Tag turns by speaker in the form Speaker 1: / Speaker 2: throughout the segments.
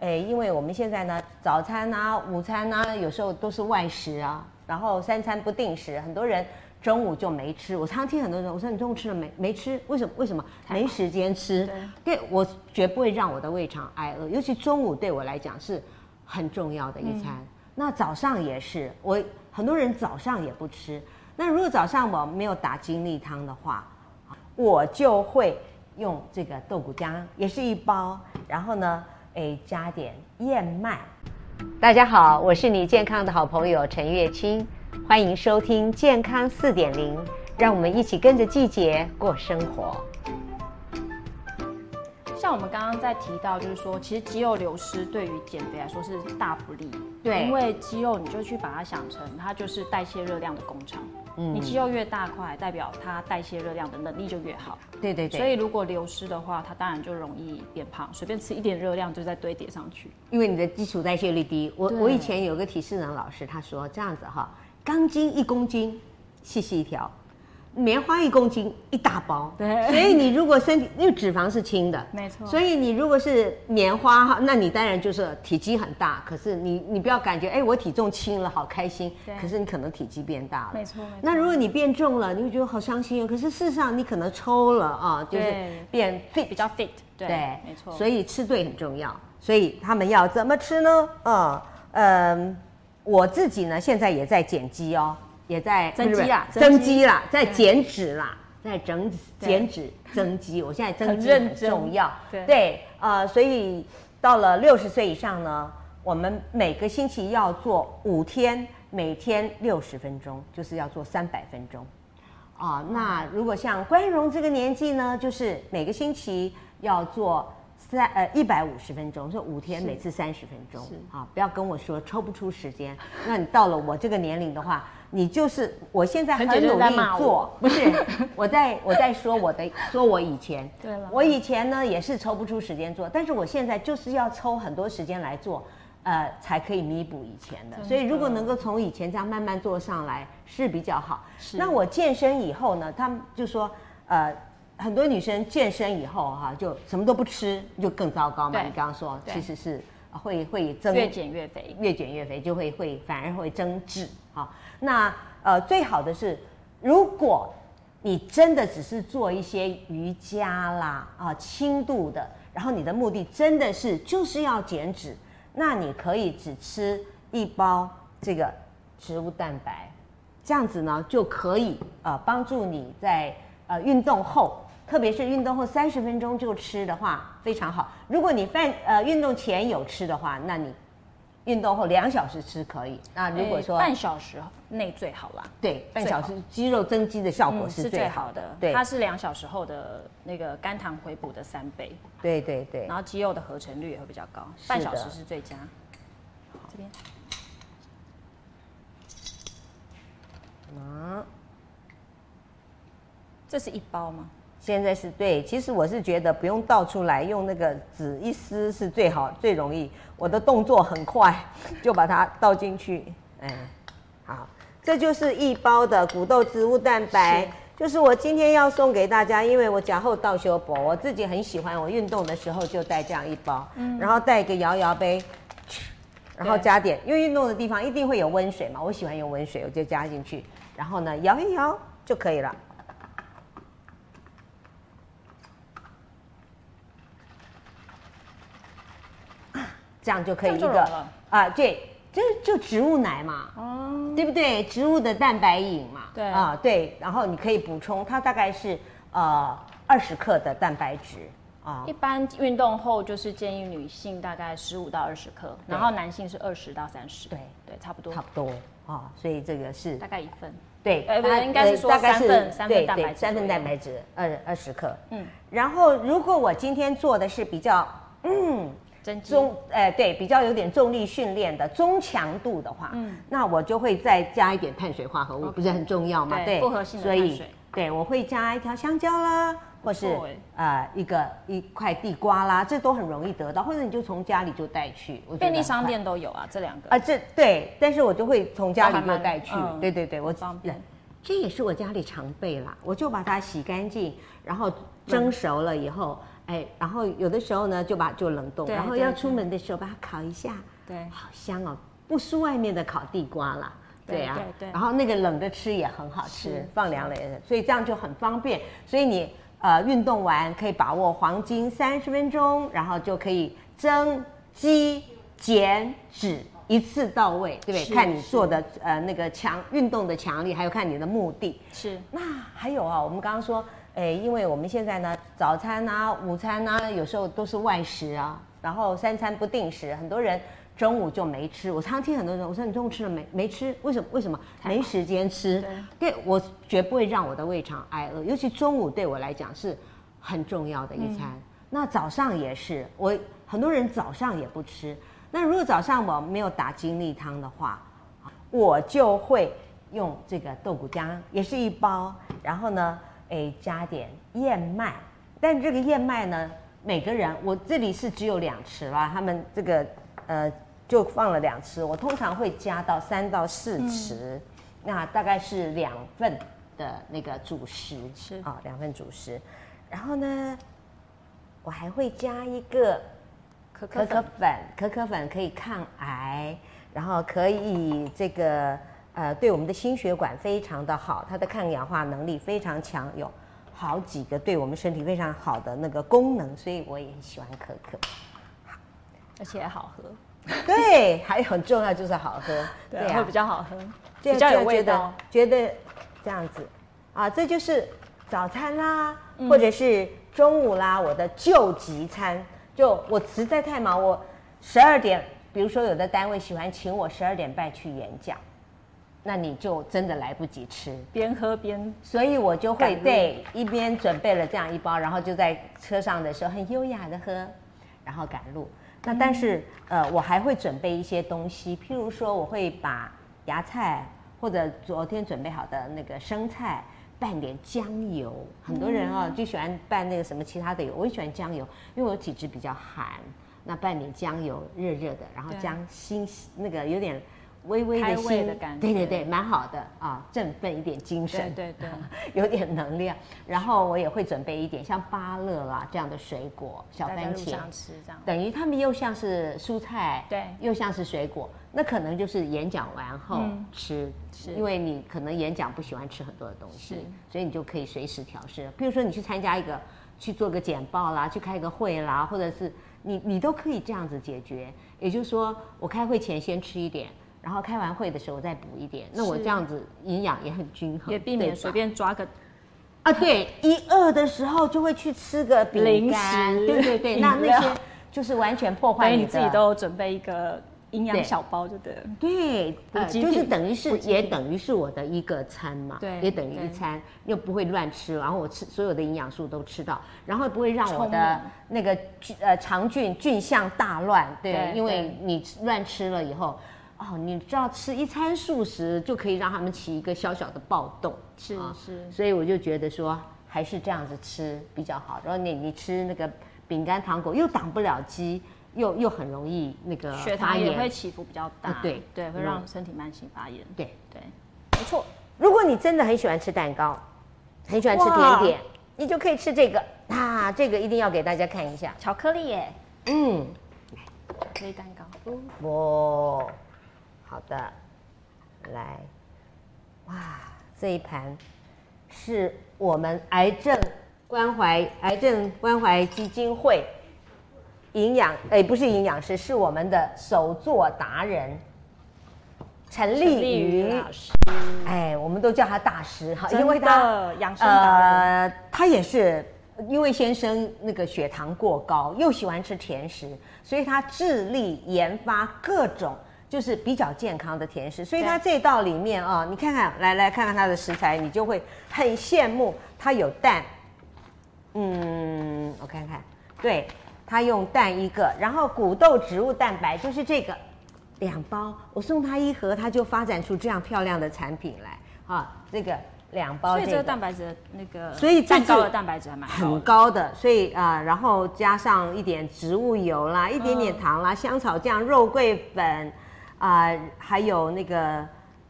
Speaker 1: 哎，因为我们现在呢，早餐呐、午餐呐、有时候都是外食啊，然后三餐不定时，很多人中午就没吃。我常常听很多人，我说你中午吃了没？没吃，为什么？为什么？没时间吃。对，我绝不会让我的胃肠挨饿，尤其中午对我来讲是很重要的一餐。那早上也是，我很多人早上也不吃。那如果早上我没有打精力汤的话，我就会用这个豆鼓浆，也是一包，然后呢，哎，加点燕麦。大家好，我是你健康的好朋友陈月清，欢迎收听《健康四点零》，让我们一起跟着季节过生活。
Speaker 2: 像我们刚刚在提到，就是说，其实肌肉流失对于减肥来说是大不利。
Speaker 1: 对
Speaker 2: 因为肌肉你就去把它想成它就是代谢热量的工厂。
Speaker 1: 嗯
Speaker 2: 你肌肉越大块，代表它代谢热量的能力就越好。
Speaker 1: 对对对，
Speaker 2: 所以如果流失的话，它当然就容易变胖，随便吃一点热量就再堆叠上去。
Speaker 1: 因为你的基础代谢率低。我
Speaker 2: 对
Speaker 1: 我以前有个体适能老师，他说这样子哈，钢筋一公斤，细细一条。棉花一公斤一大包，
Speaker 2: 对
Speaker 1: 所以你如果身体因为脂肪是轻的，
Speaker 2: 没错
Speaker 1: 所以你如果是棉花哈，那你当然就是体积很大，可是你你不要感觉哎我体重轻了好开心
Speaker 2: 对，
Speaker 1: 可是你可能体积变大了，
Speaker 2: 没错没错
Speaker 1: 那如果你变重了，你会觉得好伤心哦，可是事实上你可能抽了啊，就是
Speaker 2: 对
Speaker 1: 变 fit
Speaker 2: 比较 fit，
Speaker 1: 对，
Speaker 2: 对，没错。
Speaker 1: 所
Speaker 2: 以
Speaker 1: 以吃对很重要，所以他们要怎么吃呢？嗯嗯，我自己呢现在也在减肌哦，也在
Speaker 2: 增肌啦
Speaker 1: 不是不是增
Speaker 2: 增肌
Speaker 1: 肌啦，在减脂啦，在整
Speaker 2: 对
Speaker 1: 减脂增肌。我现在增肌
Speaker 2: 很认
Speaker 1: 很
Speaker 2: 真
Speaker 1: 重要，
Speaker 2: 对
Speaker 1: 对呃，所以到了六十岁以上呢，我们每个星期要做五天，每天六十分钟，就是要做三百分钟。啊、那如果像关荣这个年纪呢，就是每个星期要做三呃一百五十分钟，这五天每次三十分钟
Speaker 2: 是
Speaker 1: 啊，不要跟我说抽不出时间。那你到了我这个年龄的话，你就是我现在很
Speaker 2: 陈
Speaker 1: 努
Speaker 2: 姐就是在
Speaker 1: 力
Speaker 2: 骂我
Speaker 1: 做，不是我在我在说我的说我以前，
Speaker 2: 对了
Speaker 1: 我以前呢也是抽不出时间做，但是我现在就是要抽很多时间来做，呃，才可以弥补以前的。
Speaker 2: 真
Speaker 1: 所以如果
Speaker 2: 的
Speaker 1: 能够从以前这样慢慢做上来是比较好。
Speaker 2: 是
Speaker 1: 那我健身以后呢，他们就说，呃，很多女生健身以后哈、就什么都不吃，就更糟糕嘛。
Speaker 2: 对
Speaker 1: 你刚刚说，
Speaker 2: 对
Speaker 1: 其实是呃会会增
Speaker 2: 越减越肥。
Speaker 1: 越减越肥，就会会反而会增脂啊。那呃，最好的是，如果你真的只是做一些瑜伽啦啊轻度的，然后你的目的真的是就是要减脂，那你可以只吃一包这个植物蛋白，这样子呢就可以呃帮助你在呃运动后，特别是运动后三十分钟就吃的话非常好。如果你饭呃运动前有吃的话，那你运动后两小时吃可以。那如果
Speaker 2: 诶
Speaker 1: 说
Speaker 2: 哎半小时内最好啦，
Speaker 1: 对半
Speaker 2: 最
Speaker 1: 小
Speaker 2: 好
Speaker 1: 时肌肉增肌的效果
Speaker 2: 嗯
Speaker 1: 是最好的，对
Speaker 2: 它是两小时后的那个肝糖回补的三倍，
Speaker 1: 对对对
Speaker 2: 然，后肌肉的合成率也会比较高，
Speaker 1: 是的
Speaker 2: 半小时是最佳。这边
Speaker 1: 嗯，
Speaker 2: 这是一包吗？
Speaker 1: 现在是对。其实我是觉得不用倒出来，用那个纸一撕是最好最容易。我的动作很快，就把它倒进去。 哎，好，这就是一包的谷豆植物蛋白
Speaker 2: 是。
Speaker 1: 就是我今天要送给大家，因为我假后倒修薄，我自己很喜欢。我运动的时候就带这样一包，然后带一个摇摇杯，然后
Speaker 2: 对
Speaker 1: 加点，因为运动的地方一定会有温水嘛，我喜欢用温水，我就加进去，然后呢摇一摇就可以了。这样就可以一
Speaker 2: 这样就
Speaker 1: 个
Speaker 2: 融了
Speaker 1: 啊，对，就就植物奶嘛，
Speaker 2: 哦，
Speaker 1: 对不对？植物的蛋白饮嘛，
Speaker 2: 对
Speaker 1: 啊，对，然后你可以补充，它大概是呃二十克的蛋白质啊
Speaker 2: 一，般运动后就是建议女性大概十五到二十克，
Speaker 1: 对
Speaker 2: 然后男性是二十到三十。
Speaker 1: 对
Speaker 2: 对，差不多
Speaker 1: 差，不多啊，所以这个是
Speaker 2: 大概一份。
Speaker 1: 对，
Speaker 2: 呃不
Speaker 1: 它
Speaker 2: 应该是说
Speaker 1: 大概
Speaker 2: 三
Speaker 1: 是
Speaker 2: 份三份
Speaker 1: 对
Speaker 2: 蛋
Speaker 1: 对
Speaker 2: 白质
Speaker 1: 三份
Speaker 2: 左右
Speaker 1: 蛋白质二二十克。
Speaker 2: 嗯，
Speaker 1: 然后如果我今天做的是比较
Speaker 2: 增肌
Speaker 1: 中，呃，对，比较有点重力训练的中强度的话，那我就会再加一点碳水化合物，
Speaker 2: 嗯 OK
Speaker 1: 不是很重要吗？
Speaker 2: 对
Speaker 1: 对，
Speaker 2: 复合性的
Speaker 1: 所
Speaker 2: 碳
Speaker 1: 以
Speaker 2: 水
Speaker 1: 对，我会加一条香蕉啦，或是
Speaker 2: 不错欸
Speaker 1: 呃一个一块地瓜啦，这都很容易得到，或者你就从家里就带去。我觉得
Speaker 2: 便利
Speaker 1: 很
Speaker 2: 商
Speaker 1: 快
Speaker 2: 店都有啊，这两个
Speaker 1: 啊，这对，但是我就会从家里
Speaker 2: 都还
Speaker 1: 就
Speaker 2: 蛮
Speaker 1: 带去。
Speaker 2: 嗯
Speaker 1: 对对对，我
Speaker 2: 方便
Speaker 1: 这也是我家里常备啦，我就把它洗干净，然后蒸熟了以后，哎，然后有的时候呢就把就冷冻，
Speaker 2: 对
Speaker 1: 然后
Speaker 2: 对
Speaker 1: 要
Speaker 2: 对
Speaker 1: 出门的时候把它烤一下，
Speaker 2: 对
Speaker 1: 好香哦，不输外面的烤地瓜啦。
Speaker 2: 对
Speaker 1: 对啊，
Speaker 2: 对对
Speaker 1: 然后那个冷着吃也很好吃
Speaker 2: 是，
Speaker 1: 放凉了也是，所以这样就很方便。所以你呃运动完可以把握黄金三十分钟，然后就可以增肌减脂一次到位，对不
Speaker 2: 是
Speaker 1: 对？看你
Speaker 2: 是
Speaker 1: 做的呃那个强运动的强力，还有看你的目的。
Speaker 2: 是
Speaker 1: 那还有啊，我们刚刚说，诶，因为我们现在呢，早餐啊、午餐啊，有时候都是外食啊，然后三餐不定时，很多人中午就没吃。我常听很多人，我说你嗯中午吃了没？没吃，为什么？为什么？没时间吃。对我绝不会让我的胃肠挨饿，尤其中午对我来讲是很重要的一餐。那早上也是，我很多人早上也不吃。那如果早上我没有打精力汤的话，我就会用这个豆鼓浆，也是一包，然后呢，诶，加点燕麦。但这个燕麦呢，每个人我这里是只有两匙啦，他们这个呃就放了两匙，我通常会加到三到四匙，那大概是两份的那个主食，
Speaker 2: 是
Speaker 1: 啊、两份主食。然后呢，我还会加一个
Speaker 2: 可可
Speaker 1: 可
Speaker 2: 粉
Speaker 1: 可粉，可可粉可以抗癌，然后可以这个呃对我们的心血管非常的好，它的抗氧化能力非常强，有好几个对我们身体非常好的那个功能，所以我也很喜欢可可。
Speaker 2: 而且也好喝，
Speaker 1: 对，还有很重要就是好喝，
Speaker 2: 对啊，会比较好喝，
Speaker 1: 这
Speaker 2: 比较
Speaker 1: 样
Speaker 2: 有
Speaker 1: 就
Speaker 2: 味
Speaker 1: 觉得
Speaker 2: 道。
Speaker 1: 觉得这样子啊，这就是早餐啦，
Speaker 2: 嗯
Speaker 1: 或者是中午啦，我的救急餐。就我实在太忙，我十二点，比如说有的单位喜欢请我十二点半去演讲，那你就真的来不及吃。
Speaker 2: 边喝边
Speaker 1: 所以我就
Speaker 2: 赶
Speaker 1: 会
Speaker 2: 路
Speaker 1: 对一边准备了这样一包，然后就在车上的时候很优雅的喝，然后赶路。那但是、
Speaker 2: 嗯
Speaker 1: 呃，我还会准备一些东西，譬如说我会把芽菜或者昨天准备好的那个生菜拌点姜油。很多人啊、
Speaker 2: 嗯
Speaker 1: 就喜欢拌那个什么其他的油，我也喜欢姜油，因为我体质比较寒，那拌点姜油热热的，然后
Speaker 2: 对
Speaker 1: 姜辛那个有点微微
Speaker 2: 开
Speaker 1: 的
Speaker 2: 胃
Speaker 1: 辛
Speaker 2: 的感
Speaker 1: 对对
Speaker 2: 觉
Speaker 1: 对，蛮好的啊，振奋一点精神。
Speaker 2: 对对对，
Speaker 1: 有点能量，然后我也会准备一点像芭乐啦这样的水果，小
Speaker 2: 大家
Speaker 1: 番
Speaker 2: 路
Speaker 1: 茄，
Speaker 2: 上吃这样。
Speaker 1: 等于他们又像是蔬菜，
Speaker 2: 对
Speaker 1: 又像是水果，那可能就是演讲完后
Speaker 2: 嗯
Speaker 1: 吃，
Speaker 2: 是
Speaker 1: 因为你可能演讲不喜欢吃很多的东
Speaker 2: 是
Speaker 1: 西，所以你就可以随时调试。譬如说你去参加一个，去做个简报啦，去开个会啦，或者是你你都可以这样子解决。也就是说，我开会前先吃一点。然后开完会的时候我再补一点，那我
Speaker 2: 是
Speaker 1: 这样子营养也很均衡，
Speaker 2: 也避
Speaker 1: 对
Speaker 2: 免
Speaker 1: 吧
Speaker 2: 随便抓个
Speaker 1: 啊，对，一饿的时候就会去吃个饼干，
Speaker 2: 零食
Speaker 1: 对对对， 那
Speaker 2: 饮
Speaker 1: 那
Speaker 2: 料
Speaker 1: 些就是完全破坏
Speaker 2: 万一
Speaker 1: 你
Speaker 2: 你
Speaker 1: 的
Speaker 2: 自己都有准备一个营养
Speaker 1: 对
Speaker 2: 小包就对了。
Speaker 1: 对，
Speaker 2: 补
Speaker 1: 呃
Speaker 2: 给
Speaker 1: 就是
Speaker 2: 品
Speaker 1: 等于是
Speaker 2: 补给
Speaker 1: 也
Speaker 2: 品
Speaker 1: 等于是我的一个餐嘛，
Speaker 2: 对
Speaker 1: 也等于
Speaker 2: 对
Speaker 1: 一餐，又不会乱吃，然后我吃所有的营养素都吃到，然后不会让我
Speaker 2: 充
Speaker 1: 的那个菌呃肠菌菌相大乱，对，
Speaker 2: 对
Speaker 1: 因
Speaker 2: 对
Speaker 1: 为你吃乱吃了以后。哦，你知道吃一餐素食就可以让他们起一个小小的暴动，
Speaker 2: 是
Speaker 1: 啊
Speaker 2: 是
Speaker 1: 所以我就觉得说还是这样子吃比较好。然后你你吃那个饼干糖果又挡不了饥，又又很容易那个
Speaker 2: 血
Speaker 1: 发
Speaker 2: 糖也
Speaker 1: 炎
Speaker 2: 会，起伏比较大
Speaker 1: 啊，对
Speaker 2: 对，会
Speaker 1: 嗯
Speaker 2: 让身体慢性发炎。
Speaker 1: 对。
Speaker 2: 对，
Speaker 1: 没错。如果你真的很喜欢吃蛋糕，很喜欢吃甜点，你就可以吃这个。啊，这个一定要给大家看一下。
Speaker 2: 巧克力耶，
Speaker 1: 嗯，
Speaker 2: 巧克力蛋糕，嗯
Speaker 1: 哦，好的，来，哇，这一盘是我们癌症关怀癌症关怀基金会营养，哎，不是营养师，是我们的手作达人陈立
Speaker 2: 陈
Speaker 1: 瑜
Speaker 2: 老师，
Speaker 1: 哎，我们都叫他大师哈，
Speaker 2: 真
Speaker 1: 啊因为他
Speaker 2: 的养生达人，
Speaker 1: 呃，他也是因为先生那个血糖过高，又喜欢吃甜食，所以他致力研发各种就是比较健康的甜食。所以他这道里面啊、你看看，来来看看他的食材，你就会很羡慕他有蛋。嗯，我看看，对他用蛋一个，然后谷豆植物蛋白就是这个两包，我送他一盒，他就发展出这样漂亮的产品来啊！这个两包、
Speaker 2: 所
Speaker 1: 呃这
Speaker 2: 以
Speaker 1: 个，
Speaker 2: 这个蛋白质的那个，
Speaker 1: 所以这
Speaker 2: 蛋糕
Speaker 1: 是
Speaker 2: 的蛋白质还蛮高
Speaker 1: 很
Speaker 2: 的，
Speaker 1: 高的，所以啊、呃然后加上一点植物油啦，一点点糖啦，香草酱、肉桂粉，啊、还有那个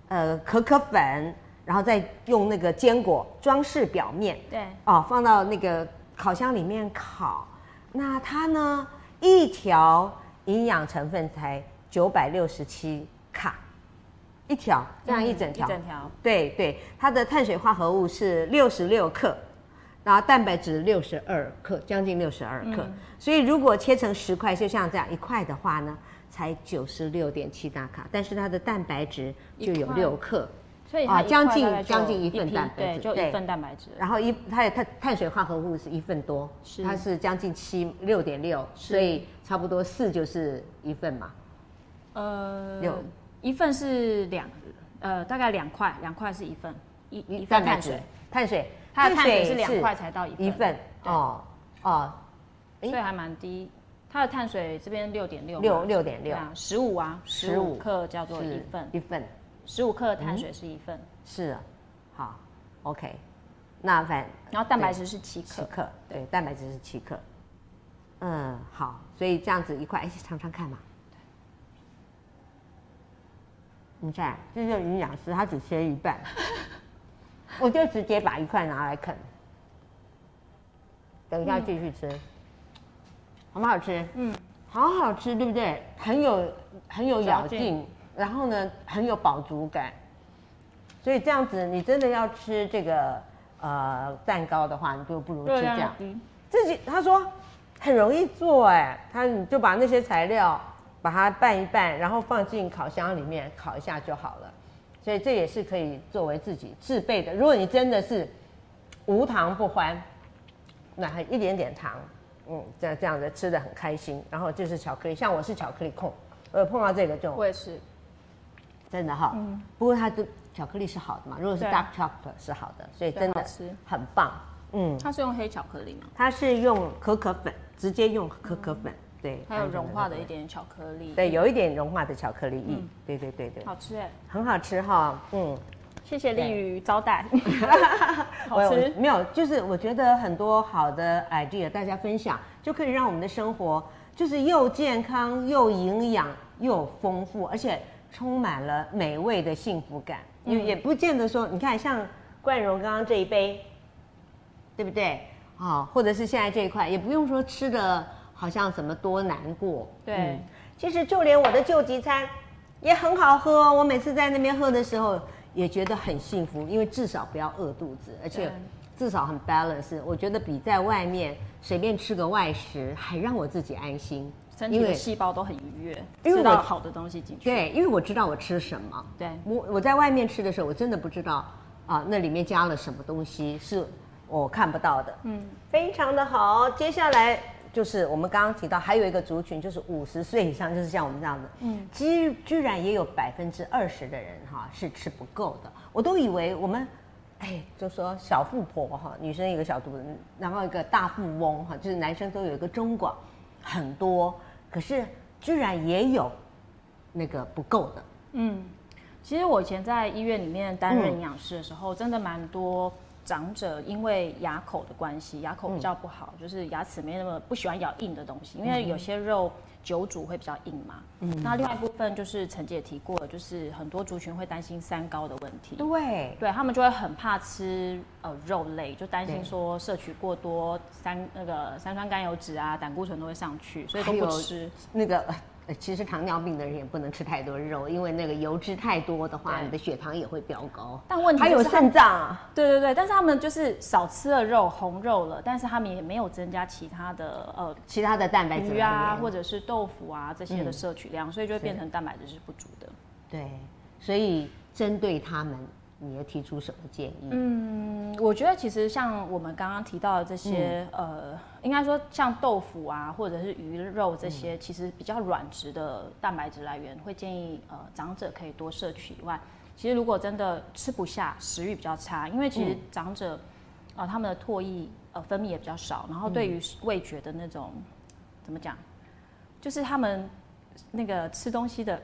Speaker 1: 呃可可粉，然后再用那个坚果装饰表面，
Speaker 2: 对，
Speaker 1: 哦，放到那个烤箱里面烤，那它呢，一条营养成分才九百六十七卡，一条这嗯样一整条，
Speaker 2: 嗯一整条，
Speaker 1: 对对，它的碳水化合物是六十六克，然后蛋白质六十二克，将近六十二克。
Speaker 2: 嗯
Speaker 1: 所以如果切成十块，就像这样一块的话呢，才九十六点七大卡，但是它的蛋白质就有
Speaker 2: 一块
Speaker 1: 六克，
Speaker 2: 所以
Speaker 1: 啊
Speaker 2: 它一
Speaker 1: 将
Speaker 2: 块
Speaker 1: 近
Speaker 2: 大概就
Speaker 1: 将近一份
Speaker 2: 批
Speaker 1: 蛋白
Speaker 2: 对，
Speaker 1: 质
Speaker 2: 就
Speaker 1: 对
Speaker 2: 一份蛋白质。
Speaker 1: 然后一它的碳碳水化合物是一份多，
Speaker 2: 是
Speaker 1: 它是将近七六点六，
Speaker 2: 是
Speaker 1: 所以差不多四就是一份嘛。
Speaker 2: 呃
Speaker 1: 有，
Speaker 2: 一份是两，呃，大概两块，两块是一份，一一份
Speaker 1: 蛋白
Speaker 2: 碳
Speaker 1: 质
Speaker 2: 水，、
Speaker 1: 碳水，
Speaker 2: 它的碳水是两块才到一份，
Speaker 1: 一份哦哦
Speaker 2: 所以还蛮低。它的碳水这边六点六，
Speaker 1: 六六点六
Speaker 2: 十五啊，十
Speaker 1: 15
Speaker 2: 五克叫做
Speaker 1: 是
Speaker 2: 一份，
Speaker 1: 一份
Speaker 2: 十五克的碳水是一份，
Speaker 1: 是啊好 OK，那反
Speaker 2: 然后蛋白质是七
Speaker 1: 七
Speaker 2: 克，
Speaker 1: 克对蛋白质是七克，嗯好，所以这样子一块哎尝尝看嘛。你看，这就是营养师，他只切一半，我就直接把一块拿来啃。等一下继续吃，好不好吃？
Speaker 2: 嗯，
Speaker 1: 好好吃，对不对？很有很有咬
Speaker 2: 嚼
Speaker 1: 劲，然后呢很有饱足感。所以这样子，你真的要吃这个呃蛋糕的话，你就不如吃
Speaker 2: 热
Speaker 1: 这
Speaker 2: 量
Speaker 1: 样
Speaker 2: 又。低，
Speaker 1: 自己他说很容易做哎，他你就把那些材料把它拌一拌，然后放进烤箱里面烤一下就好了。所以这也是可以作为自己自备的。如果你真的是无糖不欢，那还一点点糖，嗯，这样这样子吃的很开心。然后就是巧克力，像我是巧克力控，我有碰到这个就
Speaker 2: 我也是，
Speaker 1: 真的哈、不过它的巧克力是好的嘛，如果是
Speaker 2: 嗯对
Speaker 1: dark chocolate 是好的，所以真
Speaker 2: 对
Speaker 1: 的
Speaker 2: 好吃
Speaker 1: 很棒。嗯，
Speaker 2: 它是用黑巧克力嘛，
Speaker 1: 它是用可可粉，直接用可可粉，对，
Speaker 2: 嗯还有融化的
Speaker 1: 反
Speaker 2: 一
Speaker 1: 正
Speaker 2: 点巧克力，
Speaker 1: 就是，对，有一点融化的巧克力液，对对对对，
Speaker 2: 好吃哎，
Speaker 1: 很好吃哈，嗯，
Speaker 2: 谢谢利于招待，
Speaker 1: 我
Speaker 2: 好
Speaker 1: 有
Speaker 2: 吃，
Speaker 1: 没有，就是我觉得很多好的 idea 大家分享，就可以让我们的生活就是又健康又营养又丰富，而且充满了美味的幸福感。也、也
Speaker 2: 嗯
Speaker 1: 不见得说，你看像冠荣刚刚这一杯，对不对？好、或者是现在这一块，也不用说吃的好像怎么多难过。嗯
Speaker 2: 对，
Speaker 1: 其实就连我的救急餐也很好喝哦，我每次在那边喝的时候也觉得很幸福，因为至少不要饿肚子，而且
Speaker 2: 对
Speaker 1: 至少很 balance。我觉得比在外面随便吃个外食还让我自己安心，
Speaker 2: 身体的细胞都很愉悦，
Speaker 1: 因为
Speaker 2: 吃到
Speaker 1: 我
Speaker 2: 好的东西进去，
Speaker 1: 对，因为我知道我吃什么。
Speaker 2: 对，
Speaker 1: 我我在外面吃的时候，我真的不知道啊，那里面加了什么东西是我看不到的。嗯，非常的好。接下来就是我们刚刚提到，还有一个族群就是五十岁以上，就是像我们这样子，嗯，居居然也有百分之二十的人哈是吃不够的。我都以为我们。哎，就说小富婆哈，女生一个小肚子，然后一个大富翁哈，就是男生都有一个中广，很多，可是居然也有那个不够的，
Speaker 2: 嗯，其实我以前在医院里面担任
Speaker 1: 嗯
Speaker 2: 营养师的时候，真的蛮多长者因为牙口的关系，牙
Speaker 1: 嗯
Speaker 2: 口比较不好，就是牙齿没那么不喜欢咬硬的东西，
Speaker 1: 嗯
Speaker 2: 因为有些肉久煮会比较硬嘛。嗯，那另外一部分就是陈姐提过，就是很多族群会担心三高的问题。
Speaker 1: 对，
Speaker 2: 对他们就会很怕吃呃肉类，就担
Speaker 1: 对
Speaker 2: 心说摄取过多三那个三酸甘油脂啊、胆固醇都会上去，所以都
Speaker 1: 还
Speaker 2: 不
Speaker 1: 有
Speaker 2: 吃。
Speaker 1: 那个呃，其实糖尿病的人也不能吃太多肉，因为那个油脂太多的话，
Speaker 2: 对
Speaker 1: 你的血糖也会飙高。
Speaker 2: 但问题
Speaker 1: 还有
Speaker 2: 就是他
Speaker 1: 肾脏啊，
Speaker 2: 对对对，但是他们就是少吃了肉、红肉了，但是他们也没有增加其他的呃
Speaker 1: 其他的蛋白质
Speaker 2: 鱼啊
Speaker 1: 来源
Speaker 2: 或者是豆腐啊这些的摄取量，所以就会变成蛋白质是不足的。
Speaker 1: 对，所以针对他们，你要提出什么建议？
Speaker 2: 嗯，我觉得其实像我们刚刚提到的这些、呃，应该说像豆腐啊或者是鱼肉这些，
Speaker 1: 嗯
Speaker 2: 其实比较软质的蛋白质来源，会建议呃长者可以多摄取以外，其实如果真的吃不下，食欲比较差，因为其实
Speaker 1: 嗯
Speaker 2: 长者。啊，他们的唾液呃分泌也比较少，然后对
Speaker 1: 嗯
Speaker 2: 于味觉的那种、怎么讲，就是他们那个吃东西的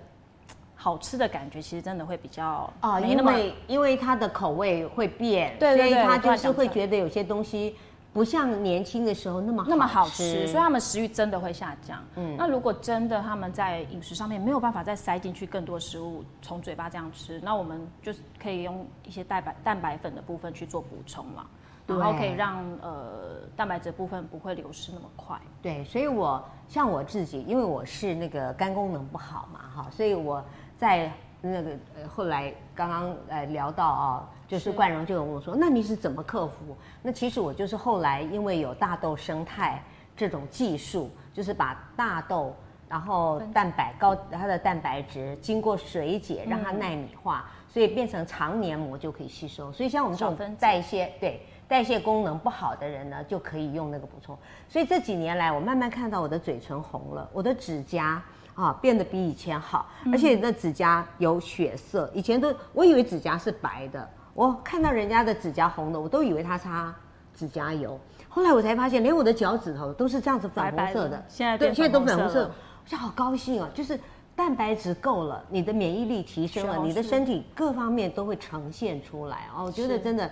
Speaker 2: 好吃的感觉，其实真的会比较
Speaker 1: 哦，
Speaker 2: 没
Speaker 1: 因
Speaker 2: 那么
Speaker 1: 为因为他的口味会变，
Speaker 2: 对对对
Speaker 1: 所以他
Speaker 2: 我突
Speaker 1: 就是
Speaker 2: 然想
Speaker 1: 会
Speaker 2: 起来
Speaker 1: 觉得有些东西不像年轻的时候那么
Speaker 2: 那么好吃，所以他们食欲真的会下降。嗯，那如果真的他们在饮食上面没有办法再塞进去更多食物，从嘴巴这样吃，那我们就是可以用一些蛋白蛋白粉的部分去做补充嘛。然后可以
Speaker 1: 对
Speaker 2: 让呃蛋白质的部分不会流失那么快。
Speaker 1: 对，所以我像我自己，因为我是那个肝功能不好嘛，哈，所以我在那个呃后来刚刚呃聊到啊，就是
Speaker 2: 是
Speaker 1: 冠荣就有问我说，那你是怎么克服？那其实我就是后来因为有大豆生态这种技术，就是把大豆。然后
Speaker 2: 分
Speaker 1: 蛋白高，它的蛋白质经过水解，让它
Speaker 2: 嗯
Speaker 1: 纳米化，所以变成肠黏膜就可以吸收。所以像我们这
Speaker 2: 小分
Speaker 1: 种
Speaker 2: 子
Speaker 1: 代谢对代谢功能不好的人呢，就可以用那个补充。所以这几年来，我慢慢看到我的嘴唇红了，我的指甲啊变得比以前好，而
Speaker 2: 嗯
Speaker 1: 且那指甲有血色，以前都我以为指甲是白的，我看到人家的指甲红的，我都以为他擦指甲油。后来我才发现，连我的脚趾头都是这样子粉红色
Speaker 2: 白白
Speaker 1: 的
Speaker 2: 的，现在
Speaker 1: 对，
Speaker 2: 变
Speaker 1: 现在都
Speaker 2: 粉
Speaker 1: 粉
Speaker 2: 红
Speaker 1: 红
Speaker 2: 色
Speaker 1: 色
Speaker 2: 了，
Speaker 1: 我就好高兴哦，就是。蛋白质够了，你的免疫力提升
Speaker 2: 血
Speaker 1: 了，
Speaker 2: 红
Speaker 1: 你的
Speaker 2: 素
Speaker 1: 身体各方面都会呈现出来哦。我觉得
Speaker 2: 是
Speaker 1: 真的，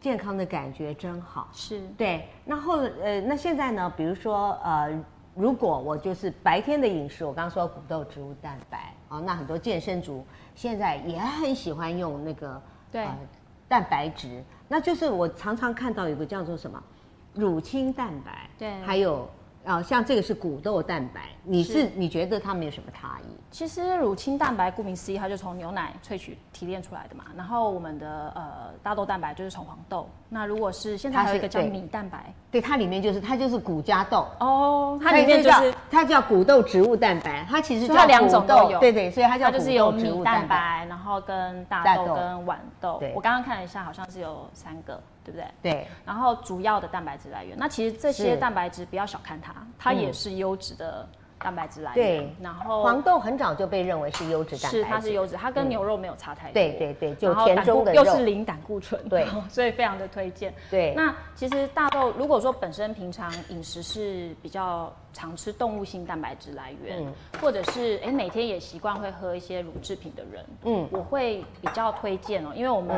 Speaker 1: 健康的感觉真好。
Speaker 2: 是
Speaker 1: 对，那后呃，那现在呢？比如说呃，如果我就是白天的饮食，我刚刚说谷豆植物蛋白哦，那很多健身族现在也很喜欢用那个
Speaker 2: 对
Speaker 1: 蛋白质，那就是我常常看到有个叫做什么乳清蛋白，
Speaker 2: 对
Speaker 1: 还有呃，像这个是谷豆蛋白，你是
Speaker 2: 是
Speaker 1: 你觉得它们有什么差异？
Speaker 2: 其实乳清蛋白顾名思义，它就从牛奶萃取提炼出来的嘛。然后我们的呃大豆蛋白就是从黄豆。那如果是现在
Speaker 1: 它
Speaker 2: 还有一
Speaker 1: 是
Speaker 2: 个叫
Speaker 1: 对
Speaker 2: 米蛋白
Speaker 1: 对，它里面就是它就是谷加豆，
Speaker 2: 哦，它里面就是
Speaker 1: 叫它叫谷豆植物蛋白，它其实
Speaker 2: 所以它
Speaker 1: 叫
Speaker 2: 两
Speaker 1: 谷
Speaker 2: 种都
Speaker 1: 豆
Speaker 2: 有
Speaker 1: 对对，所以它叫
Speaker 2: 它就是
Speaker 1: 谷
Speaker 2: 有
Speaker 1: 豆植
Speaker 2: 米
Speaker 1: 物
Speaker 2: 蛋白，然后跟大
Speaker 1: 大
Speaker 2: 豆
Speaker 1: 豆
Speaker 2: 跟豌豆
Speaker 1: 对。
Speaker 2: 我刚刚看了一下，好像是有三个，对不对？
Speaker 1: 对，
Speaker 2: 然后主要的蛋白质来源，那其实这些
Speaker 1: 是
Speaker 2: 蛋白质不要小看它，它也
Speaker 1: 嗯
Speaker 2: 是优质的蛋白质来源。
Speaker 1: 对
Speaker 2: 然后
Speaker 1: 黄豆很早就被认为是优质蛋白
Speaker 2: 哦是
Speaker 1: 质，嗯
Speaker 2: 它是优质，它跟牛肉没有差太多。
Speaker 1: 对对对，就
Speaker 2: 然后
Speaker 1: 田
Speaker 2: 胆
Speaker 1: 中
Speaker 2: 固
Speaker 1: 的
Speaker 2: 又
Speaker 1: 肉，
Speaker 2: 是零胆固醇，
Speaker 1: 对，
Speaker 2: 所以非常的推荐。
Speaker 1: 对
Speaker 2: 那其实大豆如果说本身平常饮食是比较常吃动物性蛋白质来源，
Speaker 1: 嗯
Speaker 2: 或者是哎每天也习惯会喝一些乳制品的人，
Speaker 1: 嗯
Speaker 2: 我会比较推荐哦，因为我们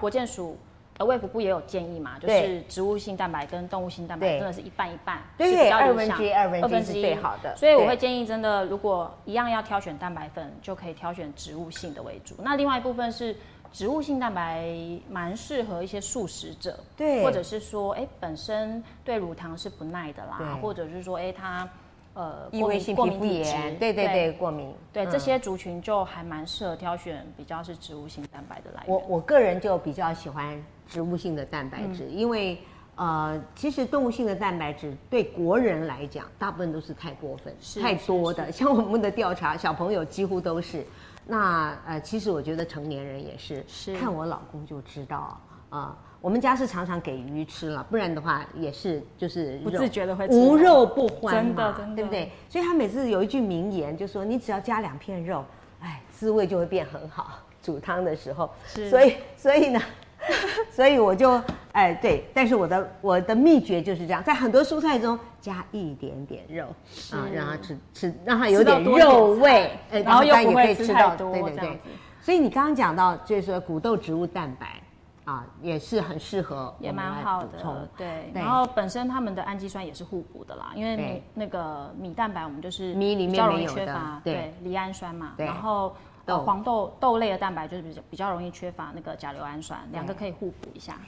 Speaker 2: 国健署。呃，卫福部也有建议嘛，就
Speaker 1: 对
Speaker 2: 是植物性蛋白跟动物性蛋白
Speaker 1: 对
Speaker 2: 真的是一半一半，
Speaker 1: 对
Speaker 2: 是比较理
Speaker 1: 二分
Speaker 2: 想
Speaker 1: 之一二分之一是最好的
Speaker 2: 所以我
Speaker 1: 对
Speaker 2: 会建议，真的如果一样要挑选蛋白粉，就可以挑选植物性的为主。那另外一部分是植物性蛋白，蛮适合一些素食者，
Speaker 1: 对
Speaker 2: 或者是说，哎、本身对乳糖是不耐的
Speaker 1: 对
Speaker 2: 啦，或者是说，哎、它呃
Speaker 1: 异位性
Speaker 2: 过
Speaker 1: 皮
Speaker 2: 敏
Speaker 1: 肤
Speaker 2: 过敏体质
Speaker 1: 炎，对对对，过敏，
Speaker 2: 对、
Speaker 1: 嗯
Speaker 2: 这些族群就还蛮适合挑选比较是植物性蛋白的来源。
Speaker 1: 我我个人就比较喜欢植物性的蛋白
Speaker 2: 嗯
Speaker 1: 质，因为呃，其实动物性的蛋白质对国人来讲，大部分都是太过分、
Speaker 2: 是
Speaker 1: 太多的。像我们的调查，小朋友几乎都是。那呃，其实我觉得成年人也是，
Speaker 2: 是
Speaker 1: 看我老公就知道啊、我们家是常常给鱼吃了，不然的话也是就是
Speaker 2: 不
Speaker 1: 肉
Speaker 2: 自觉地会吃
Speaker 1: 无
Speaker 2: 嘛
Speaker 1: 肉不欢
Speaker 2: 真的
Speaker 1: 嘛，
Speaker 2: 真的
Speaker 1: 对不对？所以他每次有一句名言，就说你只要加两片肉，哎，滋味就会变很好。煮汤的时候，
Speaker 2: 是
Speaker 1: 所以所以呢， 所以我就哎对，但是我的我的秘诀就是这样，在很多蔬菜中加一点点肉啊，让它吃吃，让它有
Speaker 2: 吃到
Speaker 1: 点
Speaker 2: 多一点
Speaker 1: 肉味
Speaker 2: 菜，
Speaker 1: 哎
Speaker 2: 然后又
Speaker 1: 当
Speaker 2: 不
Speaker 1: 也可
Speaker 2: 会
Speaker 1: 以
Speaker 2: 吃
Speaker 1: 吃
Speaker 2: 太
Speaker 1: 到，
Speaker 2: 多
Speaker 1: 对对
Speaker 2: 这样
Speaker 1: 对
Speaker 2: 子。
Speaker 1: 所以你刚刚讲到，就是说谷豆植物蛋白啊，也是很适合我
Speaker 2: 也
Speaker 1: 们
Speaker 2: 蛮
Speaker 1: 来
Speaker 2: 好
Speaker 1: 补
Speaker 2: 的
Speaker 1: 充，
Speaker 2: 对。
Speaker 1: 对
Speaker 2: 然后本身它们的氨基酸也是互补的啦，因为米
Speaker 1: 对
Speaker 2: 那个米蛋白我们就是
Speaker 1: 米里面
Speaker 2: 比较容
Speaker 1: 没
Speaker 2: 易
Speaker 1: 有
Speaker 2: 缺
Speaker 1: 的
Speaker 2: 乏，
Speaker 1: 对
Speaker 2: 对，赖氨酸嘛。
Speaker 1: 对
Speaker 2: 然后呃
Speaker 1: 豆
Speaker 2: 黄豆豆类的蛋白就是比较比较容易缺乏那个甲硫氨酸，两个可以互补一下。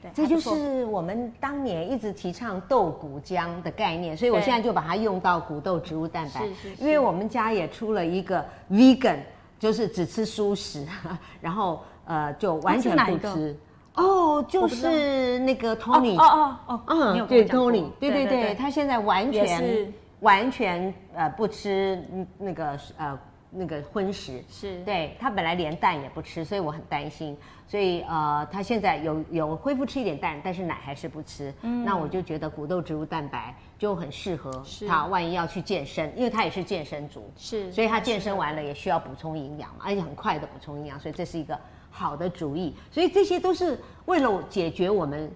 Speaker 2: 对，
Speaker 1: 这
Speaker 2: 还
Speaker 1: 就
Speaker 2: 不错
Speaker 1: 是我们当年一直提倡豆谷浆的概念，所以我
Speaker 2: 对
Speaker 1: 现在就把它用到谷豆植物蛋白，
Speaker 2: 是是是
Speaker 1: 因为我们家也出了一个 vegan，就是只吃蔬食， 然后呃就完全
Speaker 2: 那是
Speaker 1: 不
Speaker 2: 哪一个
Speaker 1: 吃。哦，就
Speaker 2: 我不知道
Speaker 1: 是那个 Tony，
Speaker 2: 哦哦哦哦，你有
Speaker 1: 嗯，
Speaker 2: 跟我
Speaker 1: 对
Speaker 2: 讲过
Speaker 1: ，Tony，对对对，他现在完
Speaker 2: 也
Speaker 1: 全
Speaker 2: 是
Speaker 1: 完全呃不吃嗯那个呃那个荤食，
Speaker 2: 是
Speaker 1: 对他本来连蛋也不吃，所以我很担心。所以呃，他现在有有恢复吃一点蛋，但是奶还是不吃。
Speaker 2: 嗯
Speaker 1: 那我就觉得谷豆植物蛋白就很适合
Speaker 2: 是
Speaker 1: 他，万一要去健身，因为他也是健身族，
Speaker 2: 是，
Speaker 1: 所以他健身完了也需要补充营养嘛，而且很快的补充营养，所以这是一个好的主意。所以这些都是为了解决我们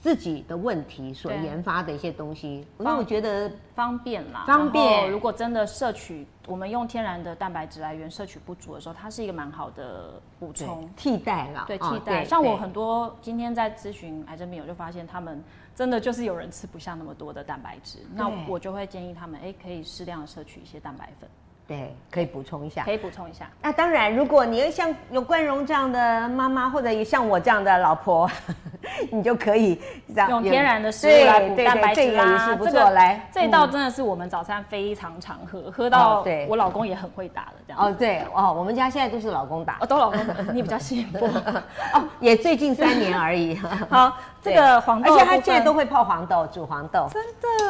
Speaker 1: 自己的问题所
Speaker 2: 对
Speaker 1: 研发的一些东西。
Speaker 2: 方
Speaker 1: 那我觉得
Speaker 2: 方便啦，
Speaker 1: 方便
Speaker 2: 然后如果真的摄取，我们用天然的蛋白质来源摄取不足的时候，它是一个蛮好的补
Speaker 1: 对
Speaker 2: 充。
Speaker 1: 替代了，
Speaker 2: 对，
Speaker 1: 啊
Speaker 2: 替代。
Speaker 1: 对
Speaker 2: 像我
Speaker 1: 对
Speaker 2: 很多今天在咨询癌症病友，就发现他们真的就是有人吃不下那么多的蛋白质，那
Speaker 1: 对
Speaker 2: 我就会建议他们，哎，可以适量地摄取一些蛋白粉，
Speaker 1: 对可以补充一下
Speaker 2: 可。以补充一下。
Speaker 1: 那当然，如果你要像有冠荣这样的妈妈，或者像我这样的老婆， 你就可以这样
Speaker 2: 用
Speaker 1: 有
Speaker 2: 天然的食物来补
Speaker 1: 对对
Speaker 2: 蛋白
Speaker 1: 对这
Speaker 2: 质
Speaker 1: 个
Speaker 2: 啦
Speaker 1: 也。是不
Speaker 2: 这
Speaker 1: 错
Speaker 2: 个
Speaker 1: 来嗯
Speaker 2: 这一道真的是我们早餐非常常喝，喝
Speaker 1: 哦
Speaker 2: 到
Speaker 1: 对
Speaker 2: 我老公也很会打了这样。
Speaker 1: 哦，对哦，我们家现在都是老公打
Speaker 2: 哦，都老公，呃你比较幸 福。
Speaker 1: 哦，也最近三年而已。
Speaker 2: 好， 这
Speaker 1: 对
Speaker 2: 个黄豆
Speaker 1: 而
Speaker 2: 的部分，
Speaker 1: 且他现在都会泡黄豆，煮黄豆。
Speaker 2: 真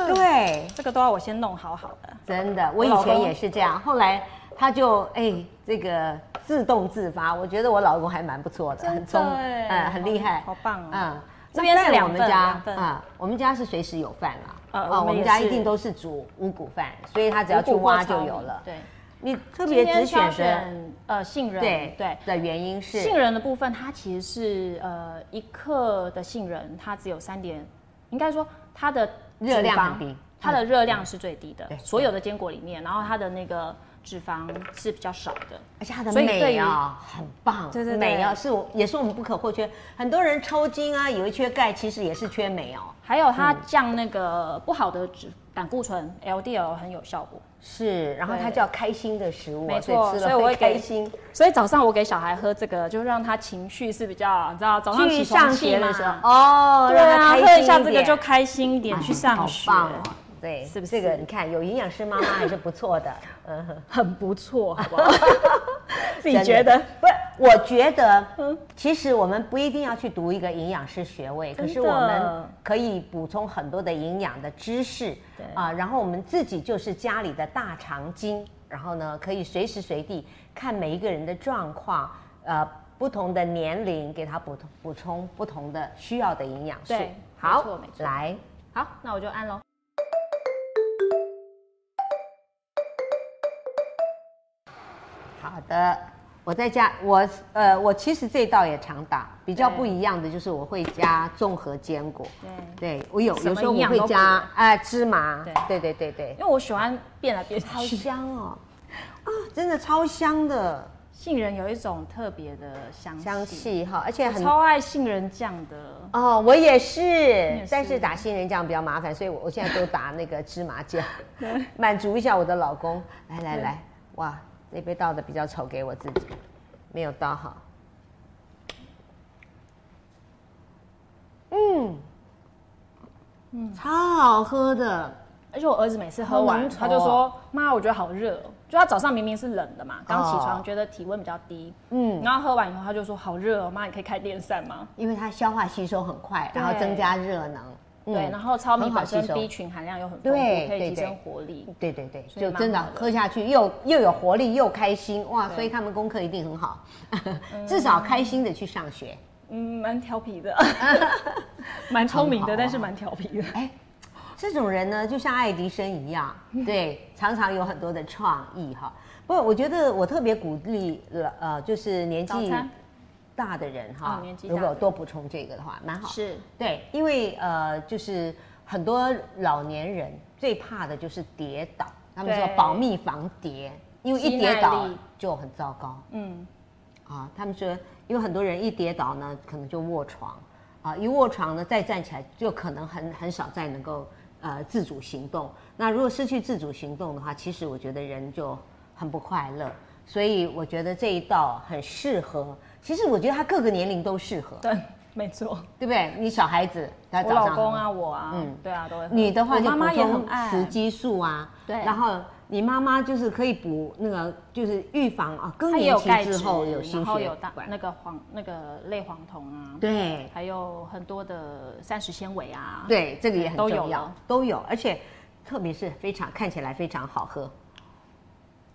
Speaker 2: 的，
Speaker 1: 对，
Speaker 2: 这个都要我先弄好好的。
Speaker 1: 真的，我
Speaker 2: 我老
Speaker 1: 以前
Speaker 2: 公
Speaker 1: 也是这样，后来他就哎，这个自动自发，我觉得我老公还蛮不错的，很聪，
Speaker 2: 哎
Speaker 1: 嗯，很厉害，
Speaker 2: 好棒哦
Speaker 1: 嗯，
Speaker 2: 这边是
Speaker 1: 那在我
Speaker 2: 两
Speaker 1: 们
Speaker 2: 份
Speaker 1: 家
Speaker 2: 两份
Speaker 1: 啊，我们家是随时有饭啦，
Speaker 2: 呃
Speaker 1: 啊，
Speaker 2: 我们
Speaker 1: 我们
Speaker 2: 也
Speaker 1: 家
Speaker 2: 是
Speaker 1: 一定都是煮五谷饭，所以他只要去
Speaker 2: 五谷或
Speaker 1: 挖就
Speaker 2: 糙米
Speaker 1: 有了。
Speaker 2: 对，
Speaker 1: 你特
Speaker 2: 特
Speaker 1: 别只选
Speaker 2: 选
Speaker 1: 择
Speaker 2: 呃杏仁，
Speaker 1: 对
Speaker 2: 对。
Speaker 1: 的原因是
Speaker 2: 杏仁的部分，它其实是呃一克的杏仁，它只有三点，应该说它的
Speaker 1: 热
Speaker 2: 脂
Speaker 1: 量很
Speaker 2: 肪
Speaker 1: 低
Speaker 2: 它的热量是最低的
Speaker 1: 对，
Speaker 2: 所有的坚果里面，然后它的那个脂肪是比较少的。
Speaker 1: 而且它的
Speaker 2: 所以对
Speaker 1: 美
Speaker 2: 于
Speaker 1: 啊，很棒，
Speaker 2: 对对对
Speaker 1: 美啊，是我也是我们不可或缺。很多人抽筋啊，以为缺钙，其实也是缺美哦。
Speaker 2: 还有它降那个不好的脂胆固醇 LDL 很有效果，
Speaker 1: 是，然后它
Speaker 2: 对
Speaker 1: 叫开心的食物，啊
Speaker 2: 没
Speaker 1: 所以
Speaker 2: 错
Speaker 1: 吃
Speaker 2: 所以
Speaker 1: 了
Speaker 2: 我
Speaker 1: 会
Speaker 2: 会给
Speaker 1: 开心。
Speaker 2: 所以早上我给小孩喝这个，就让他情绪是比较，你知道早上
Speaker 1: 去
Speaker 2: 起
Speaker 1: 上
Speaker 2: 床气
Speaker 1: 学
Speaker 2: 嘛
Speaker 1: 的时候，哦，
Speaker 2: 对
Speaker 1: 让
Speaker 2: 啊，
Speaker 1: 他开心
Speaker 2: 喝一哎下这个
Speaker 1: 点
Speaker 2: 就开心一点，去上
Speaker 1: 嗯好
Speaker 2: 学，
Speaker 1: 棒哦。对，
Speaker 2: 是不
Speaker 1: 这个
Speaker 2: 是
Speaker 1: 你看，有营养师妈妈还是不错的。嗯，
Speaker 2: 很不 错，好不好？ 自己
Speaker 1: 真的
Speaker 2: 觉得？嗯
Speaker 1: 不是？我觉得，其实我们不一定要去读一个营养师学位，可
Speaker 2: 真的
Speaker 1: 是我们可以补充很多的营养的知识
Speaker 2: 对
Speaker 1: 啊。然后我们自己就是家里的大肠经，然后呢，可以随时随地看每一个人的状况，呃，不同的年龄给他补充补充不同的需要的营养素
Speaker 2: 对。没错
Speaker 1: 好
Speaker 2: 没，错
Speaker 1: 来，
Speaker 2: 好，那我就按喽。
Speaker 1: 好的，我在家，我呃，我其实这道也常打，比较
Speaker 2: 对
Speaker 1: 不一样的就是我会加综合坚果。
Speaker 2: 对，
Speaker 1: 对我有
Speaker 2: 什
Speaker 1: 有
Speaker 2: 么
Speaker 1: 时候
Speaker 2: 营
Speaker 1: 我
Speaker 2: 养
Speaker 1: 会
Speaker 2: 都补
Speaker 1: 加哎、芝麻，
Speaker 2: 对
Speaker 1: 对对对对
Speaker 2: 因为我喜欢变来变
Speaker 1: 好
Speaker 2: 去，
Speaker 1: 香哦，啊，真的超香的
Speaker 2: 杏仁有一种特别的香
Speaker 1: 香
Speaker 2: 气，
Speaker 1: 气哈，而且
Speaker 2: 我
Speaker 1: 很
Speaker 2: 超爱杏仁酱的。
Speaker 1: 哦，我也是，
Speaker 2: 是
Speaker 1: 但是打杏仁酱比较麻烦，所以我我现在都打那个芝麻酱，满足一下我的老公。来来
Speaker 2: 对
Speaker 1: 来，哇，这杯倒的比较丑，给我自己，没有倒好。嗯，超好喝的。
Speaker 2: 而且我儿子每次喝完，
Speaker 1: 好浓稠哦
Speaker 2: 他就说：“妈，我觉得好热哦、就他早上明明是冷的嘛，刚起
Speaker 1: 哦
Speaker 2: 床觉得体温比较低，
Speaker 1: 嗯
Speaker 2: 嗯，然后喝完以后他就说：好热哦、妈，你可以开电扇吗？
Speaker 1: 因为它消化吸收很快，
Speaker 2: 对
Speaker 1: 然后增加热能。嗯
Speaker 2: 对，然后糙米
Speaker 1: 很好
Speaker 2: 本身
Speaker 1: 吸收
Speaker 2: B 群含量又很丰
Speaker 1: 对
Speaker 2: 富，可以
Speaker 1: 对
Speaker 2: 提升
Speaker 1: 对
Speaker 2: 活力。
Speaker 1: 对对对，
Speaker 2: 所以
Speaker 1: 就
Speaker 2: 蛮
Speaker 1: 真的
Speaker 2: 好的
Speaker 1: 喝下去又又有活力又开心哇！
Speaker 2: 对
Speaker 1: 所以他们功课一定很好， 至少开心的去上学。
Speaker 2: 嗯，蛮调皮 的，蛮聪明
Speaker 1: 很好
Speaker 2: 的，
Speaker 1: 啊
Speaker 2: 但是蛮调皮的。
Speaker 1: 哎，这种人呢，就像爱迪生一样，
Speaker 2: 嗯
Speaker 1: 对，常常有很多的创意哈。不过我觉得我特别鼓励了呃，就是年
Speaker 2: 早
Speaker 1: 纪
Speaker 2: 餐
Speaker 1: 大的人哈
Speaker 2: 哦，年纪大
Speaker 1: 如
Speaker 2: 的
Speaker 1: 果多补充这个的话，蛮好。
Speaker 2: 是，
Speaker 1: 对，因为呃，就是很多老年人最怕的就是跌倒，他们说
Speaker 2: 对
Speaker 1: 保密防跌，因为一
Speaker 2: 肌
Speaker 1: 跌
Speaker 2: 耐
Speaker 1: 倒
Speaker 2: 力
Speaker 1: 就很糟糕
Speaker 2: 嗯，
Speaker 1: 啊。他们说，因为很多人一跌倒呢，可能就卧床啊，一卧床呢再站起来就可能很很少再能够呃自主行动。那如果失去自主行动的话，其实我觉得人就很不快乐。所以我觉得这一道很适合，其实我觉得它各个年龄都适合，
Speaker 2: 对，没错。
Speaker 1: 对不对？你小孩子，他
Speaker 2: 我
Speaker 1: 早
Speaker 2: 老
Speaker 1: 上
Speaker 2: 公
Speaker 1: 很
Speaker 2: 啊，我啊，
Speaker 1: 嗯
Speaker 2: 对啊，都会喝。
Speaker 1: 你的话
Speaker 2: 我
Speaker 1: 就
Speaker 2: 妈
Speaker 1: 补
Speaker 2: 妈也
Speaker 1: 充
Speaker 2: 很爱
Speaker 1: 雌激素啊，
Speaker 2: 对
Speaker 1: 然后你妈妈就是可以补那个，就是预防啊更
Speaker 2: 它也
Speaker 1: 年
Speaker 2: 有
Speaker 1: 期
Speaker 2: 钙质，
Speaker 1: 之后有心
Speaker 2: 然后
Speaker 1: 血
Speaker 2: 有大
Speaker 1: 管，
Speaker 2: 那个黄那个类黄酮啊，
Speaker 1: 对
Speaker 2: 还有很多的膳食纤维啊，，
Speaker 1: 对，这个也很
Speaker 2: 都有
Speaker 1: 重要
Speaker 2: 了，
Speaker 1: 都有，而且特别是非常看起来非常好喝，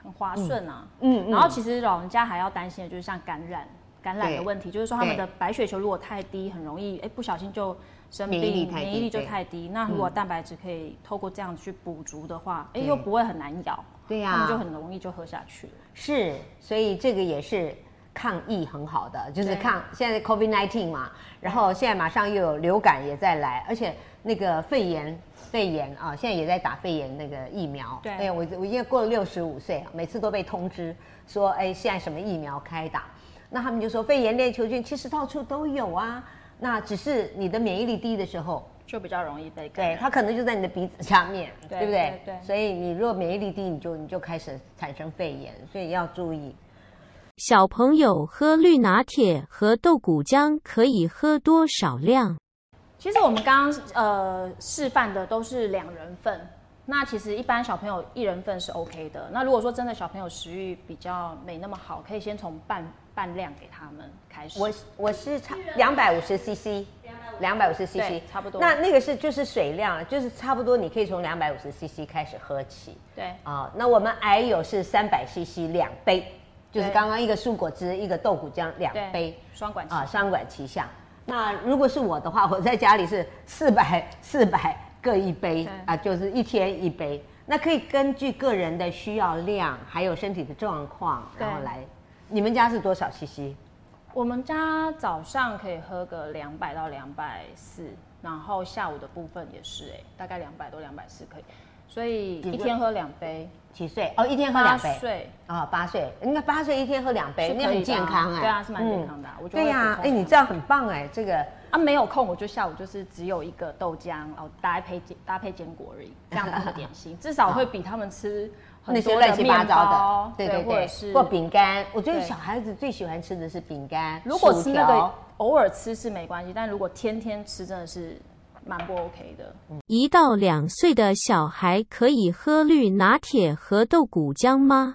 Speaker 2: 很滑顺啊。
Speaker 1: 嗯
Speaker 2: 然后其实老人家还要担心的就是像感染感染
Speaker 1: 对
Speaker 2: 的问题，就是说他们
Speaker 1: 对
Speaker 2: 的白血球如果太低，很容易哎不小心就生病，
Speaker 1: 免疫力太低
Speaker 2: 免疫力就
Speaker 1: 对嗯
Speaker 2: 太低。那如果蛋白质可以透过这样去补足的话，哎
Speaker 1: 对啊
Speaker 2: 又不会很难咬，
Speaker 1: 对呀
Speaker 2: 他们就很容易就喝下去了。
Speaker 1: 是，所以这个也是抗疫很好的，就是
Speaker 2: 对
Speaker 1: 抗现在 COVID 1 9嘛，然后现在马上又有流感也在来，而且那个肺炎肺炎啊，现在也在打肺炎那个疫苗。
Speaker 2: 对
Speaker 1: 哎，我我因为过了六十五岁啊，每次都被通知说，哎，现在什么疫苗开打，那他们就说肺炎链球菌其实到处都有啊，那只是你的免疫力低的时候，
Speaker 2: 就比较容易被感
Speaker 1: 对，
Speaker 2: 染。
Speaker 1: 它可能就在你的鼻子下面，对
Speaker 2: 对
Speaker 1: 不对？
Speaker 2: 对对
Speaker 1: 所以你如果免疫力低，你就你就开始产生肺炎，所以要注意。
Speaker 3: 小朋友喝绿拿铁和豆骨浆可以喝多少量？
Speaker 2: 其实我们刚刚呃示范的都是两人份，那其实一般小朋友一人份是 OK 的。那如果说真的小朋友食欲比较没那么好，可以先从半半量给他们开始。
Speaker 1: 我我是差两百五十 CC，两百五十 CC
Speaker 2: 对差不多
Speaker 1: 那那个是就是水量，啊就是差不多你可以从两百五十 CC 开始喝起。
Speaker 2: 对
Speaker 1: 啊、那我们矮友是三百 CC 两杯，就是
Speaker 2: 对
Speaker 1: 刚刚一个蔬果汁，一个豆谷浆两
Speaker 2: 对
Speaker 1: 杯
Speaker 2: 双管齐
Speaker 1: 啊，双管齐下。那如果是我的话，我在家里是四百四百各一杯
Speaker 2: 对
Speaker 1: 啊，就是一天一杯。那可以根据个人的需要量，还有身体的状况，然后
Speaker 2: 对
Speaker 1: 来。你们家是多少 CC？
Speaker 2: 我们家早上可以喝个两百到两百四，然后下午的部分也是、哎，大概两百多两百四可以，所以
Speaker 1: 几个
Speaker 2: 一天喝两杯，
Speaker 1: 几岁？哦，一天喝两杯
Speaker 2: 八。岁
Speaker 1: 啊、八岁，应该八岁一天喝两杯
Speaker 2: 是，可以
Speaker 1: 那
Speaker 2: 的啊
Speaker 1: 很健康哎、
Speaker 2: 对啊是蛮健康的啊我就会
Speaker 1: 对呀、
Speaker 2: 补充
Speaker 1: 哎、你这样很棒哎、这个
Speaker 2: 啊，没有空我就下午就是只有一个豆浆，然后搭配坚搭配坚果 而已，这样当点心，至少会比他们吃很
Speaker 1: 那些
Speaker 2: 多
Speaker 1: 乱
Speaker 2: 的
Speaker 1: 七八
Speaker 2: 面
Speaker 1: 糟
Speaker 2: 包
Speaker 1: 的，，对对
Speaker 2: 或者
Speaker 1: 对，
Speaker 2: 是
Speaker 1: 或饼干。我觉得
Speaker 2: 对
Speaker 1: 小孩子最喜欢吃的是饼干，
Speaker 2: 如果
Speaker 1: 薯
Speaker 2: 吃那
Speaker 1: 条
Speaker 2: 个偶尔吃是没关系，但如果天天吃真的是蛮不 OK 的。
Speaker 3: 一到两岁的小孩可以喝绿拿铁和豆骨浆吗？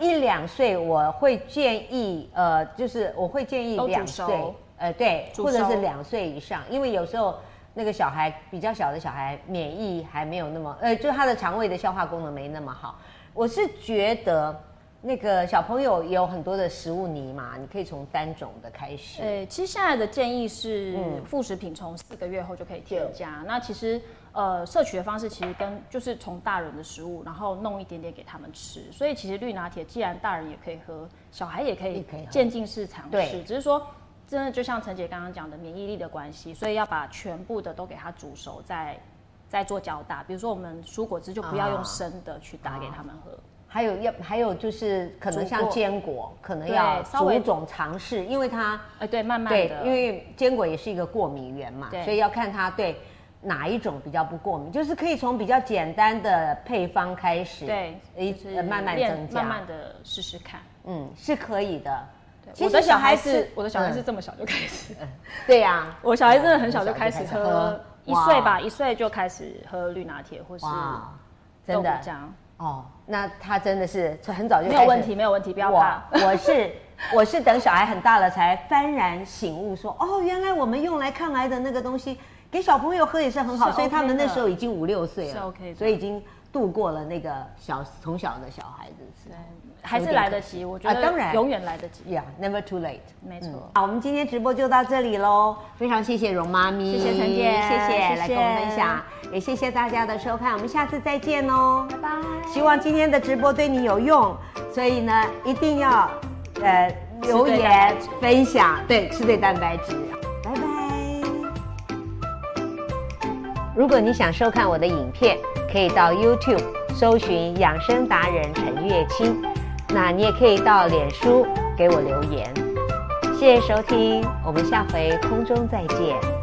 Speaker 1: 一两岁，我会建议，呃，就是我会建议
Speaker 2: 都煮
Speaker 1: 两岁
Speaker 2: 熟，
Speaker 1: 呃，对，
Speaker 2: 煮
Speaker 1: 或者是
Speaker 2: 熟
Speaker 1: 两岁以上，因为有时候那个小孩比较小的小孩免疫还没有那么，呃，就他的肠胃的消化功能没那么好。我是觉得那个小朋友也有很多的食物泥嘛，你可以从单种的开始。
Speaker 2: 呃，其实现在的建议是，
Speaker 1: 嗯
Speaker 2: 副食品从四个月后就可以添加。那其实呃，摄取的方式其实跟就是从大人的食物，然后弄一点点给他们吃。所以其实绿拿铁既然大人也可以喝，小孩也可
Speaker 1: 也
Speaker 2: 以
Speaker 1: 可以喝
Speaker 2: 渐进式尝
Speaker 1: 对
Speaker 2: 试，只是说。真的就像陈姐刚刚讲的免疫力的关系，所以要把全部的都给它煮熟，再再做搅打。比如说我们蔬果汁就不要
Speaker 1: 啊
Speaker 2: 用生的去打给他们喝。
Speaker 1: 还有要，还有就是可能
Speaker 2: 煮
Speaker 1: 像
Speaker 2: 过
Speaker 1: 坚果，可能
Speaker 2: 对
Speaker 1: 要
Speaker 2: 稍微
Speaker 1: 逐种尝试，因为它
Speaker 2: 哎、对，慢慢
Speaker 1: 啊对
Speaker 2: 的，，
Speaker 1: 因为坚果也是一个过敏源嘛，
Speaker 2: 对
Speaker 1: 所以要看它对哪一种比较不过敏，就是可以从比较简单的配方开始，
Speaker 2: 对，
Speaker 1: 一、
Speaker 2: 就是
Speaker 1: 呃慢慢
Speaker 2: 练
Speaker 1: 增加，
Speaker 2: 慢慢的试试看。
Speaker 1: 嗯，是可以的。
Speaker 2: 我的小孩
Speaker 1: 子
Speaker 2: 是，我的小孩是
Speaker 1: 嗯
Speaker 2: 这么小就开 始，
Speaker 1: 对啊呀，
Speaker 2: 我小孩真的很小就开始
Speaker 1: 很小就开始喝
Speaker 2: 喝，一岁
Speaker 1: 哇
Speaker 2: 吧，一岁就开始喝绿拿铁或是
Speaker 1: 哇，
Speaker 2: 豆
Speaker 1: 真
Speaker 2: 腐
Speaker 1: 的
Speaker 2: 浆，
Speaker 1: 哦，那他真的是很早就
Speaker 2: 没
Speaker 1: 开
Speaker 2: 有
Speaker 1: 始
Speaker 2: 问题，没有问题，不要
Speaker 1: 我
Speaker 2: 怕。
Speaker 1: 我是 我是等小孩很大了才幡然醒悟说，哦，原来我们用来抗癌的那个东西给小朋友喝也是很好，
Speaker 2: 是
Speaker 1: 所以
Speaker 2: OK
Speaker 1: 他们那
Speaker 2: 的
Speaker 1: 时候已经五六岁了
Speaker 2: 是 OK 的
Speaker 1: 所以已经度过了那个小从小的小孩子时
Speaker 2: 对
Speaker 1: 代。
Speaker 2: 还是来得及，我觉
Speaker 1: 啊
Speaker 2: 得
Speaker 1: 当然
Speaker 2: 永远来得及，
Speaker 1: Yeah，never too late。嗯
Speaker 2: 没错。
Speaker 1: 好，我们今天直播就到这里喽，非常谢谢容妈咪，
Speaker 2: 谢谢陈姐
Speaker 1: 谢谢
Speaker 2: 谢
Speaker 1: 来
Speaker 2: 谢
Speaker 1: 跟我们分享，也谢谢大家的收看，我们下次再见哦，拜
Speaker 2: 拜
Speaker 1: 希望今天的直播对你有用，所以呢，一定要呃留
Speaker 2: 对蛋
Speaker 1: 言
Speaker 2: 白质
Speaker 1: 分享，对，吃对蛋白质，啊拜拜。如果你想收看我的影片，可以到 YouTube 搜寻“养生达人陈月清”，那你也可以到脸书给我留言。谢谢收听，我们下回空中再见。